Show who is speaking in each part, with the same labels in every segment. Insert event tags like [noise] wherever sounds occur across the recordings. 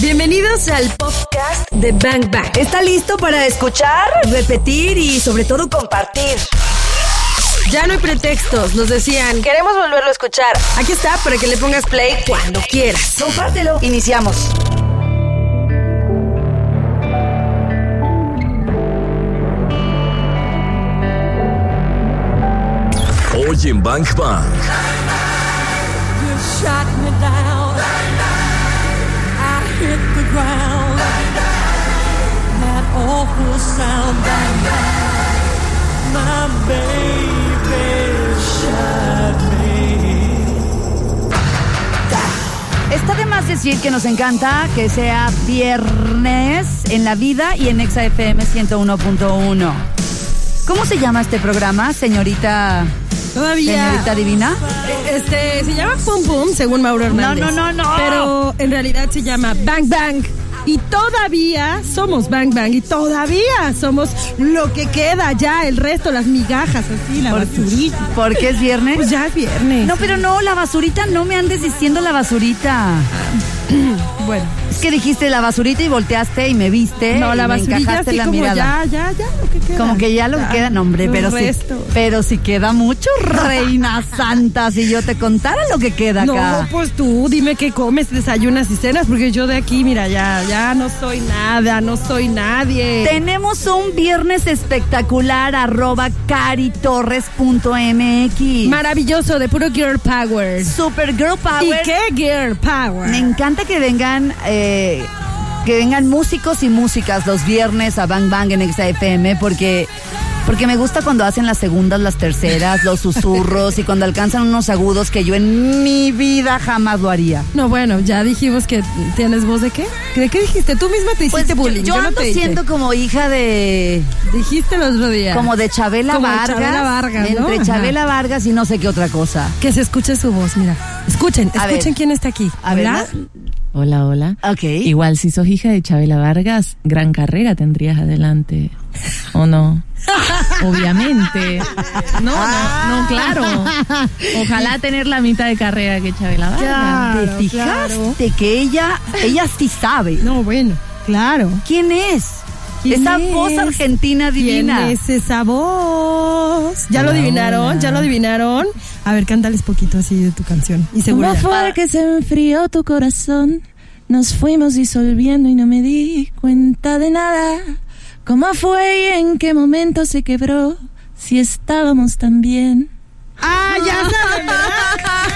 Speaker 1: Bienvenidos al podcast de Bang Bang.
Speaker 2: ¿Está listo para escuchar, repetir y sobre todo compartir?
Speaker 1: Ya no hay pretextos, nos decían.
Speaker 2: Queremos volverlo a escuchar.
Speaker 1: Aquí está para que le pongas play cuando quieras.
Speaker 2: Compártelo. Iniciamos.
Speaker 3: Hoy en Bang Bang.
Speaker 2: Está de más decir que nos encanta que sea viernes en la vida y en Exa FM 101.1. ¿Cómo se llama este programa, señorita?
Speaker 1: Todavía.
Speaker 2: Señorita divina.
Speaker 1: Este, se llama Pum Pum, según Mauro Hernández.
Speaker 2: no, no, no.
Speaker 1: Pero en realidad se llama Bang Bang. Y todavía somos Bang Bang. Y todavía somos lo que queda ya, el resto, las migajas, así, la basurita.
Speaker 2: Porque es viernes.
Speaker 1: Pues ya es viernes.
Speaker 2: No, pero no, la basurita, no me andes diciendo la basurita.
Speaker 1: bueno.
Speaker 2: Es que dijiste la basurita y volteaste y me viste.
Speaker 1: No,
Speaker 2: y
Speaker 1: la
Speaker 2: me
Speaker 1: basurilla
Speaker 2: encajaste
Speaker 1: así
Speaker 2: la
Speaker 1: como
Speaker 2: mirada.
Speaker 1: ya, ya, ya, lo que queda.
Speaker 2: Como que ya lo que queda, no, hombre,
Speaker 1: los
Speaker 2: pero sí,
Speaker 1: restos.
Speaker 2: pero sí queda mucho, reina santa, si yo te contara lo que queda
Speaker 1: No,
Speaker 2: acá.
Speaker 1: pues tú dime qué comes, desayunas y cenas, porque yo de aquí, mira, ya, ya no soy nada, no soy
Speaker 2: pues.
Speaker 1: nadie.
Speaker 2: Tenemos un viernes espectacular, arroba caritorres.mx.
Speaker 1: Maravilloso, de puro girl power.
Speaker 2: Supergirl Power.
Speaker 1: ¿Y qué girl power?
Speaker 2: Me encanta que vengan, eh, que vengan músicos y músicas los viernes a Bang Bang en XFM porque, porque me gusta cuando hacen las segundas, las terceras, los susurros y cuando alcanzan unos agudos que yo en mi vida jamás lo haría.
Speaker 1: No, bueno, ya dijimos que tienes voz de qué. ¿De qué dijiste? Tú misma te
Speaker 2: Pues
Speaker 1: hiciste
Speaker 2: yo-
Speaker 1: bullying.
Speaker 2: yo,
Speaker 1: no
Speaker 2: ando
Speaker 1: te hice.
Speaker 2: siendo como hija de
Speaker 1: Dijiste los otro día.
Speaker 2: como de Chabela
Speaker 1: Como de
Speaker 2: Vargas,
Speaker 1: Chabela Vargas, ¿no?
Speaker 2: entre
Speaker 1: Ajá.
Speaker 2: Chabela Vargas y no sé qué otra cosa.
Speaker 1: Que se escuche su voz, mira. Escuchen,
Speaker 2: A ver.
Speaker 1: escuchen quién está aquí.
Speaker 2: A ver,
Speaker 1: ¿Hola?
Speaker 2: ¿no?
Speaker 4: Hola, hola.
Speaker 2: Ok.
Speaker 4: Igual si sos hija de Chabela Vargas, gran carrera tendrías adelante. ¿O no? Obviamente. No, no, no, claro. Ojalá tener la mitad de carrera que Chabela Vargas.
Speaker 1: Claro,
Speaker 2: ¿Te fijaste
Speaker 1: claro.
Speaker 2: que ella ella sí sabe?
Speaker 1: No, bueno, claro.
Speaker 2: ¿Quién es?
Speaker 1: ¿Quién
Speaker 2: Esa
Speaker 1: es?
Speaker 2: voz argentina divina.
Speaker 1: ¿Quién es esa voz? Ya lo
Speaker 4: Hola,
Speaker 1: adivinaron,
Speaker 4: hola.
Speaker 1: ya lo adivinaron. A ver, cántales poquito así de tu canción. Y seguro.
Speaker 4: ¿Cómo fue que se enfrió tu corazón? Nos fuimos disolviendo y no me di cuenta de nada. ¿Cómo fue y en qué momento se quebró? Si estábamos tan bien.
Speaker 1: Ah, ya saben,
Speaker 2: [laughs]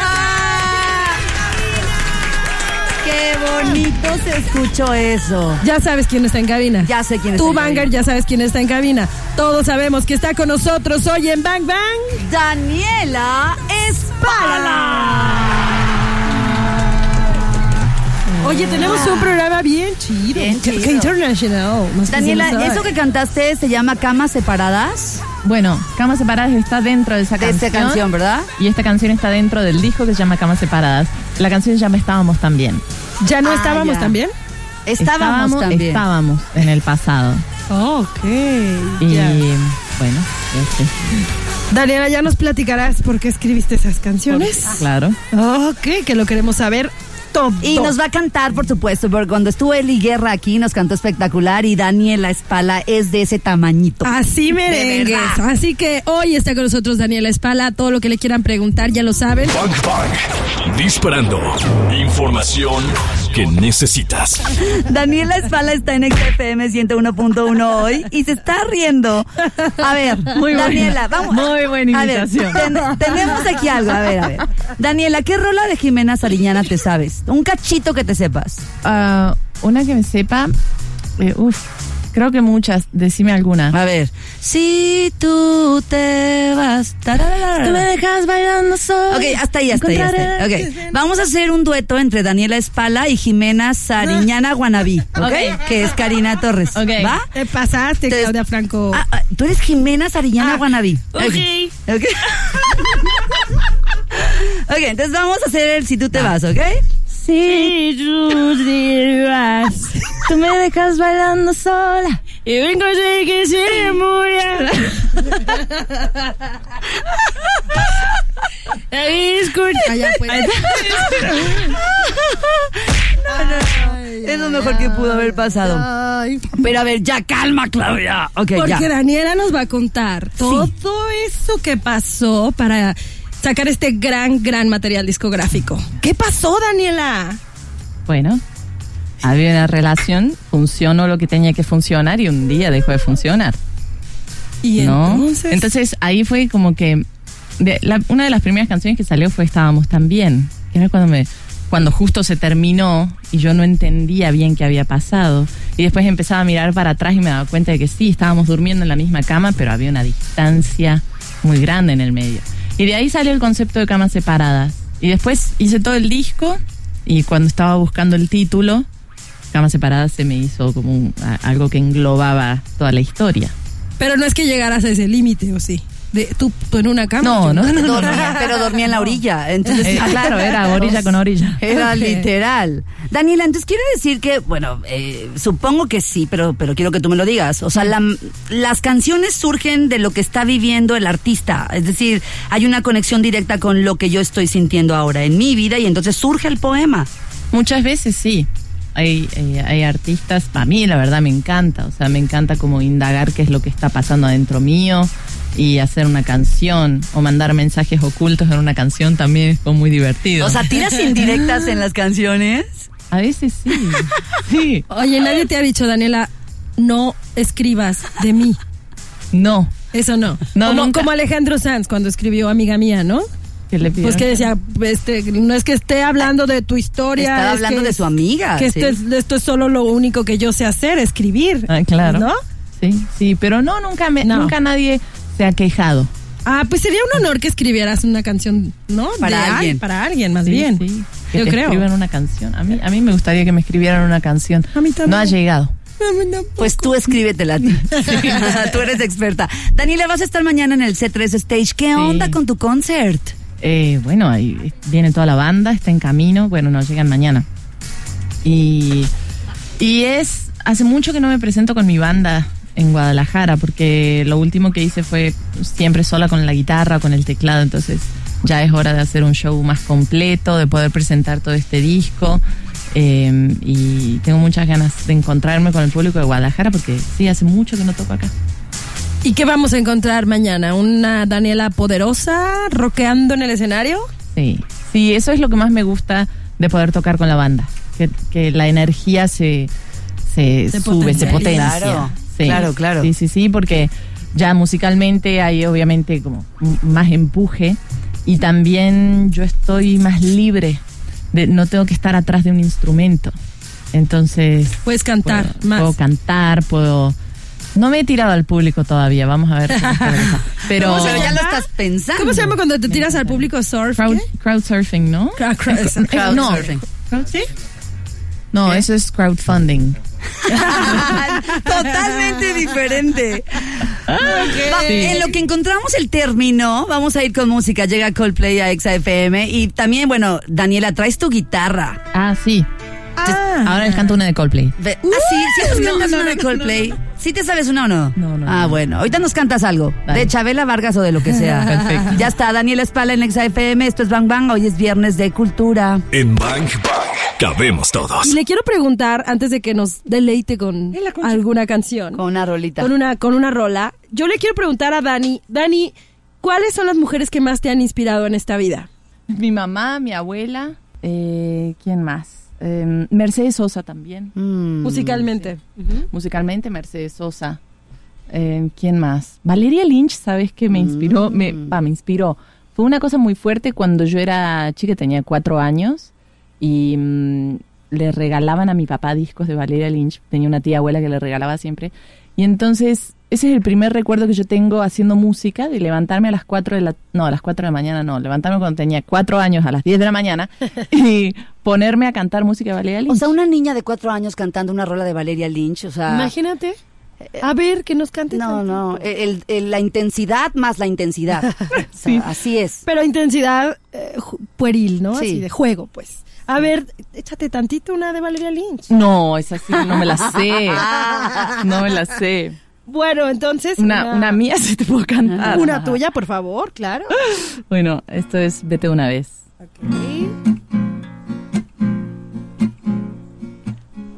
Speaker 2: Qué bonito se escuchó eso.
Speaker 1: Ya sabes quién está en cabina.
Speaker 2: Ya sé quién es.
Speaker 1: Tú,
Speaker 2: el
Speaker 1: Banger, ya sabes quién está en cabina. Todos sabemos que está con nosotros hoy en Bang Bang.
Speaker 2: gallo. Daniela Espárala.
Speaker 1: Oye, tenemos un programa bien chido.
Speaker 2: Bien
Speaker 1: Que- que
Speaker 2: chido.
Speaker 1: international. más que se nos
Speaker 2: Daniela,
Speaker 1: sabe.
Speaker 2: eso que cantaste se llama Camas Separadas
Speaker 4: Bueno, Camas Separadas está dentro de esa
Speaker 2: de esta canción, ¿verdad?
Speaker 4: Y esta canción está dentro del disco que se llama Camas Separadas. La canción se llama Estábamos también.
Speaker 1: ¿Ya no
Speaker 2: Ah,
Speaker 1: estábamos
Speaker 2: ya.
Speaker 1: también?
Speaker 2: Estábamos, también.
Speaker 4: Estábamos en el pasado.
Speaker 1: Ok.
Speaker 4: Y
Speaker 1: ya.
Speaker 4: bueno, este,
Speaker 1: Daniela, ya nos platicarás por qué escribiste esas canciones.
Speaker 4: claro.
Speaker 1: Ok, que lo queremos saber todo.
Speaker 2: Y nos va a cantar, por supuesto, porque cuando estuvo Eli Guerra aquí nos cantó espectacular y Daniela Espala es de ese tamañito.
Speaker 1: Así merengues.
Speaker 2: verdad.
Speaker 1: Así que hoy está con nosotros Daniela Espala. Todo lo que le quieran preguntar, ya lo saben.
Speaker 3: Bang Bang. Disparando. Información que necesitas.
Speaker 2: Daniela Espala está en XFM 101.1 hoy y se está riendo. A ver,
Speaker 4: Muy buena.
Speaker 2: Daniela, vamos.
Speaker 4: Muy buena
Speaker 2: a ver,
Speaker 4: imitación.
Speaker 2: ten- tenemos aquí algo, a ver, a ver. Daniela, ¿qué rola de Jimena Sariñana te sabes? Un cachito que te sepas.
Speaker 4: Ah, una que me sepa, eh, uf, creo que muchas, decime alguna.
Speaker 2: A ver. Si tú te vas. tararara.
Speaker 4: dejas bailando solo.
Speaker 2: Ok, hasta ahí, hasta ahí, hasta ahí. Ok. Vamos a hacer un dueto entre Daniela Espala y Jimena Sariñana Guanabí, ¿ok?
Speaker 4: Ok.
Speaker 2: Que es Karina Torres.
Speaker 4: Ok.
Speaker 2: ¿Va?
Speaker 1: Te pasaste,
Speaker 2: Te-
Speaker 1: Claudia Franco.
Speaker 2: Ah, ah, tú eres Jimena Sariñana Guanabí.
Speaker 4: ok.
Speaker 2: ok. [laughs] Ok, entonces vamos a hacer el si tú te vas, ¿ok?
Speaker 4: Si tú te vas, [laughs] tú me dejas bailando sola. Y vengo de que se [laughs] muriera. Ahí escucha.
Speaker 2: [laughs]
Speaker 1: Ah, ya, pues.
Speaker 2: Es es lo mejor que pudo haber pasado.
Speaker 5: Ay,
Speaker 2: Pero a ver, ya calma, Claudia. Ok,
Speaker 5: porque
Speaker 2: ya.
Speaker 5: Daniela nos va a contar todo eso que pasó para sacar este gran, gran material discográfico. ¿Qué pasó, Daniela?
Speaker 4: Bueno, había una relación, funcionó lo que tenía que funcionar y un día dejó de funcionar.
Speaker 5: Y
Speaker 4: ¿no?
Speaker 5: entonces...
Speaker 4: ahí fue como que de- la- una de las primeras canciones que salió fue Estábamos tan bien, que era cuando me cuando justo se terminó y yo no entendía bien qué había pasado y después empezaba a mirar para atrás y me daba cuenta de que sí, estábamos durmiendo en la misma cama, pero había una distancia muy grande en el medio. Y de ahí salió el concepto de camas separadas. Y después hice todo el disco y cuando estaba buscando el título, Camas separadas se me hizo como un- a- algo que englobaba toda la historia.
Speaker 5: Pero no es que llegaras a ese límite, ¿o sí? De, tú, tú en una cama.
Speaker 4: No,
Speaker 5: yo-
Speaker 4: no, no, no.
Speaker 2: Dormía, pero dormía en la orilla.
Speaker 4: [laughs]
Speaker 2: Entonces,
Speaker 5: [laughs] Ah,
Speaker 2: ah,
Speaker 4: Eh, claro, era orilla con orilla.
Speaker 2: Era
Speaker 5: Ok.
Speaker 2: literal. Daniela, entonces quiere decir que, bueno, eh, supongo que sí, pero, pero quiero que tú me lo digas. O sea, la- las canciones surgen de lo que está viviendo el artista. Es decir, hay una conexión directa con lo que yo estoy sintiendo ahora en mi vida y entonces surge el poema.
Speaker 4: Muchas veces sí. Hay, eh, hay artistas, a mí la verdad me encanta, o sea, me encanta como indagar qué es lo que está pasando adentro mío y hacer una canción o mandar mensajes ocultos en una canción también es como muy divertido.
Speaker 2: O sea,
Speaker 5: [laughs]
Speaker 2: tiras indirectas en las canciones.
Speaker 4: [laughs] a veces sí, sí,
Speaker 5: Oye, nadie te ha dicho, Daniela, no escribas de mí.
Speaker 4: no.
Speaker 5: Eso no.
Speaker 4: No,
Speaker 5: como,
Speaker 4: nunca.
Speaker 5: como Alejandro Sanz cuando escribió Amiga Mía, ¿no?
Speaker 4: Que le pido.
Speaker 5: Pues que decía, este, no es que esté hablando de tu historia.
Speaker 2: Estaba
Speaker 5: es
Speaker 2: hablando
Speaker 5: que-
Speaker 2: de su amiga.
Speaker 5: Que
Speaker 2: sí.
Speaker 5: esto, es, esto es solo lo único que yo sé hacer, escribir.
Speaker 4: Ah, claro.
Speaker 5: ¿No?
Speaker 4: Sí, sí, pero no, nunca, me,
Speaker 5: No.
Speaker 4: nunca nadie se ha quejado.
Speaker 5: Ah, pues sería un honor que escribieras una canción, ¿no?
Speaker 2: Para
Speaker 5: De al-
Speaker 2: alguien.
Speaker 5: Para alguien, más
Speaker 4: Sí,
Speaker 5: bien.
Speaker 4: sí. Que
Speaker 5: Yo
Speaker 4: te
Speaker 5: creo.
Speaker 4: escriban una canción. A mí, a mí me gustaría que me escribieran una canción.
Speaker 5: A mí también.
Speaker 4: No ha llegado.
Speaker 5: No, no, no.
Speaker 2: Pues tú escríbetela a ti. [laughs] tú eres experta. Daniela, vas a estar mañana en el C3 Stage. ¿Qué onda con tu concert?
Speaker 4: Eh, bueno, ahí viene toda la banda, está en camino. Bueno, no llegan mañana. Y, y es. Hace mucho que no me presento con mi banda en Guadalajara, porque lo último que hice fue siempre sola con la guitarra, con el teclado. Entonces, ya es hora de hacer un show más completo, de poder presentar todo este disco. Eh, y tengo muchas ganas de encontrarme con el público de Guadalajara, porque sí, hace mucho que no toco acá.
Speaker 5: ¿Y qué vamos a encontrar mañana? ¿Una Daniela poderosa roqueando en el escenario?
Speaker 4: Sí, sí, eso es lo que más me gusta de poder tocar con la banda, que, que la energía se, se,
Speaker 5: Se
Speaker 4: sube, se
Speaker 5: potencia.
Speaker 4: potencia.
Speaker 2: Claro,
Speaker 4: Sí.
Speaker 2: claro, claro.
Speaker 4: Sí, sí, sí, porque ya musicalmente hay obviamente como m- más empuje y también yo estoy más libre, de, no tengo que estar atrás de un instrumento. Entonces,
Speaker 5: Puedes
Speaker 4: puedo,
Speaker 5: cantar más.
Speaker 4: puedo cantar, puedo... No me he tirado al público todavía, vamos a ver.
Speaker 5: [laughs]
Speaker 4: cómo está la cosa. Pero,
Speaker 5: ¿Cómo se
Speaker 2: Pero ya lo estás pensando.
Speaker 5: ¿Cómo se llama cuando te tiras al público surf?
Speaker 4: crowd,
Speaker 5: ¿qué?
Speaker 4: crowd surfing, ¿no?
Speaker 5: Cra- cra- esa-
Speaker 4: Eh,
Speaker 2: Crowd
Speaker 4: no.
Speaker 2: surfing.
Speaker 4: ¿Sí? No, eso es crowdfunding.
Speaker 2: Ah, Totalmente diferente. Va-
Speaker 4: Sí.
Speaker 2: En lo que encontramos el término, vamos a ir con música. Llega Coldplay a Exa FM y también, bueno, Daniela, traes tu guitarra.
Speaker 4: Ah, sí.
Speaker 5: Ah.
Speaker 4: Ahora les canto una de Coldplay.
Speaker 2: Ve- ah, sí, sí nos
Speaker 5: no,
Speaker 2: cantas
Speaker 5: no,
Speaker 2: una de
Speaker 5: no,
Speaker 2: Coldplay. ¿Sí te sabes una o no?
Speaker 4: No, no,
Speaker 2: Ah,
Speaker 4: no.
Speaker 2: bueno. Ahorita nos cantas algo.
Speaker 4: Dale.
Speaker 2: De Chabela Vargas o de lo que sea.
Speaker 4: Perfecto.
Speaker 2: Ya está, Daniela Espala en Exa FM. Esto es Bang Bang. Hoy es viernes de cultura.
Speaker 3: En Bang Bang cabemos todos.
Speaker 5: Y le quiero preguntar, antes de que nos deleite con alguna canción,
Speaker 2: Con una rolita.
Speaker 5: con una, con una rola, yo le quiero preguntar a Dani, Dani, ¿cuáles son las mujeres que más te han inspirado en esta vida?
Speaker 4: Mi mamá, mi abuela. eh, ¿Quién más? Eh, Mercedes Sosa también.
Speaker 2: Mm.
Speaker 5: Musicalmente. Ujú.
Speaker 4: Musicalmente, Mercedes Sosa. Eh, ¿Quién más? Valeria Lynch, ¿sabes qué me inspiró? Me,
Speaker 2: Mm.
Speaker 4: va, me inspiró. Fue una cosa muy fuerte cuando yo era chica, tenía cuatro años, y mm, le regalaban a mi papá discos de Valeria Lynch. Tenía una tía abuela que le regalaba siempre. Y entonces, ese es el primer recuerdo que yo tengo haciendo música, de levantarme a las cuatro de la... No, a las cuatro de la mañana no, levantarme cuando tenía cuatro años, a las 10 de la mañana, [laughs] y ponerme a cantar música de Valeria Lynch.
Speaker 2: O sea, una niña de cuatro años cantando una rola de Valeria Lynch, o sea...
Speaker 5: Ah. Imagínate. A ver, que nos cante.
Speaker 2: Eh, No,
Speaker 5: tantito.
Speaker 2: no, el- el- la intensidad más la [laughs] intensidad. O sea, Así es.
Speaker 5: Pero intensidad eh, ju- pueril, ¿no?
Speaker 2: Sí.
Speaker 5: Así de juego, pues. A ver, échate tantito una de Valeria Lynch.
Speaker 4: No, es así, no me la [laughs] sé. No me la sé.
Speaker 5: Bueno, entonces.
Speaker 4: Una, una mía se te puedo cantar.
Speaker 5: una tuya, por favor, claro.
Speaker 4: Bueno, esto es Vete una vez.
Speaker 5: Ok.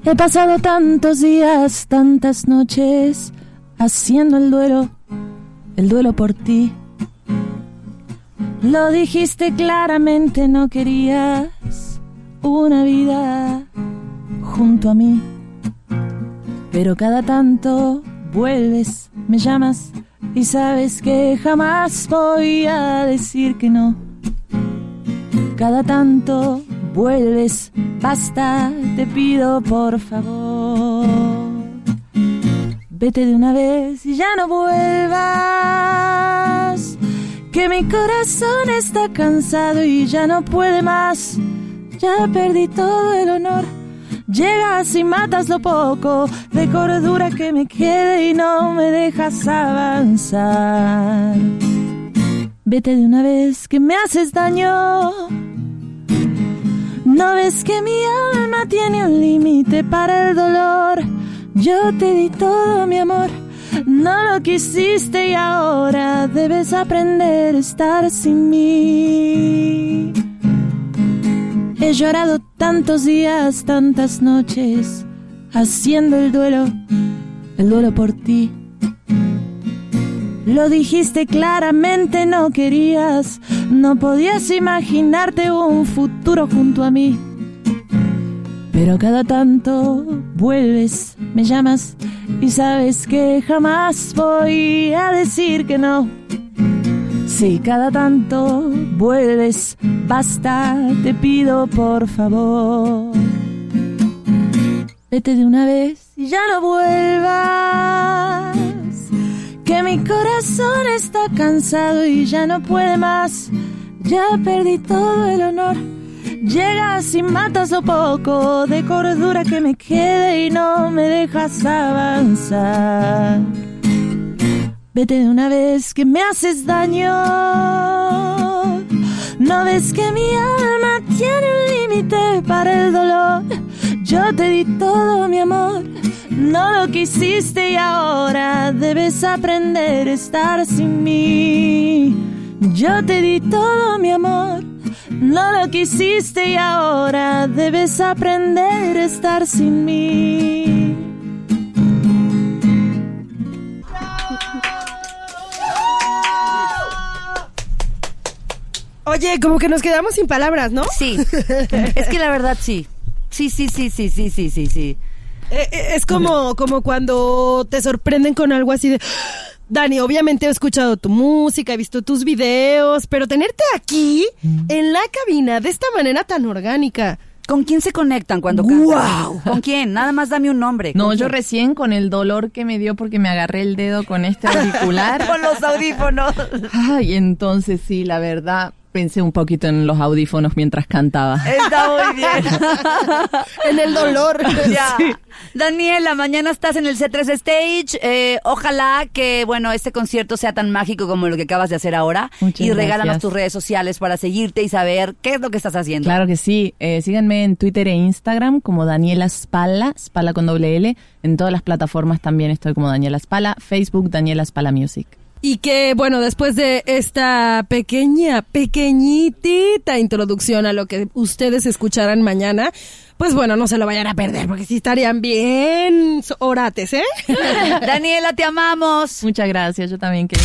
Speaker 4: He pasado tantos días, tantas noches haciendo el duelo, el duelo por ti. Lo dijiste claramente, no querías una vida junto a mí. Pero cada tanto vuelves, me llamas y sabes que jamás voy a decir que no. Cada tanto vuelves, basta, te pido por favor. Vete de una vez y ya no vuelvas. Que mi corazón está cansado y ya no puede más. Ya perdí todo el honor. Llegas y matas lo poco de cordura que me quede y no me dejas avanzar. Vete de una vez que me haces daño. No ves que mi alma tiene un límite para el dolor. Yo te di todo mi amor, no lo quisiste y ahora debes aprender a estar sin mí. He llorado tantos días, tantas noches, haciendo el duelo, el duelo por ti. Lo dijiste claramente, no querías, no podías imaginarte un futuro junto a mí. Pero cada tanto vuelves, me llamas y sabes que jamás voy a decir que no. Si cada tanto vuelves, basta, te pido por favor. Vete de una vez y ya no vuelvas. Que mi corazón está cansado y ya no puede más. Ya perdí todo el honor. Llegas y matas lo poco de cordura que me quede y no me dejas avanzar. Vete de una vez que me haces daño. No ves que mi alma tiene un límite para el dolor. Yo te di todo mi amor, no lo quisiste y ahora debes aprender a estar sin mí. Yo te di todo mi amor, no lo quisiste y ahora debes aprender a estar sin mí.
Speaker 5: Oye, como que nos quedamos sin palabras, ¿no? [laughs]
Speaker 2: Sí. [laughs] es que la verdad sí. Sí, sí, sí, sí, sí, sí, sí, sí.
Speaker 5: Eh, eh, es como, como cuando te sorprenden con algo así de... Dani, obviamente he escuchado tu música, he visto tus videos, pero tenerte aquí, en la cabina, de esta manera tan orgánica.
Speaker 2: ¿Con quién se conectan cuando
Speaker 5: ¡Guau!
Speaker 2: cantan? ¿Con quién? Nada más dame un nombre.
Speaker 4: No,
Speaker 2: ¿Con
Speaker 4: yo
Speaker 2: quién?
Speaker 4: recién con el dolor que me dio porque me agarré el dedo con este auricular. [laughs]
Speaker 2: con los audífonos.
Speaker 4: Ay, entonces sí, la verdad, pensé un poquito en los audífonos mientras cantaba.
Speaker 2: Está muy [laughs] bien.
Speaker 5: En el dolor.
Speaker 2: Ya. Daniela, mañana estás en el C3 Stage. Eh, ojalá que, bueno, este concierto sea tan mágico como lo que acabas de hacer ahora.
Speaker 4: Muchas
Speaker 2: y regálanos
Speaker 4: gracias.
Speaker 2: tus redes sociales para seguirte y saber qué es lo que estás haciendo.
Speaker 4: Claro que sí. Eh, síganme en Twitter e Instagram como Daniela Spala, Spala con doble L. En todas las plataformas también estoy como Daniela Spala, Facebook Daniela Spala Music.
Speaker 5: Y que, bueno, después de esta pequeña, pequeñitita introducción a lo que ustedes escucharán mañana, pues bueno, no se lo vayan a perder, porque sí estarían bien orates, ¿eh?
Speaker 2: Daniela, te amamos.
Speaker 4: Muchas gracias, yo también quería.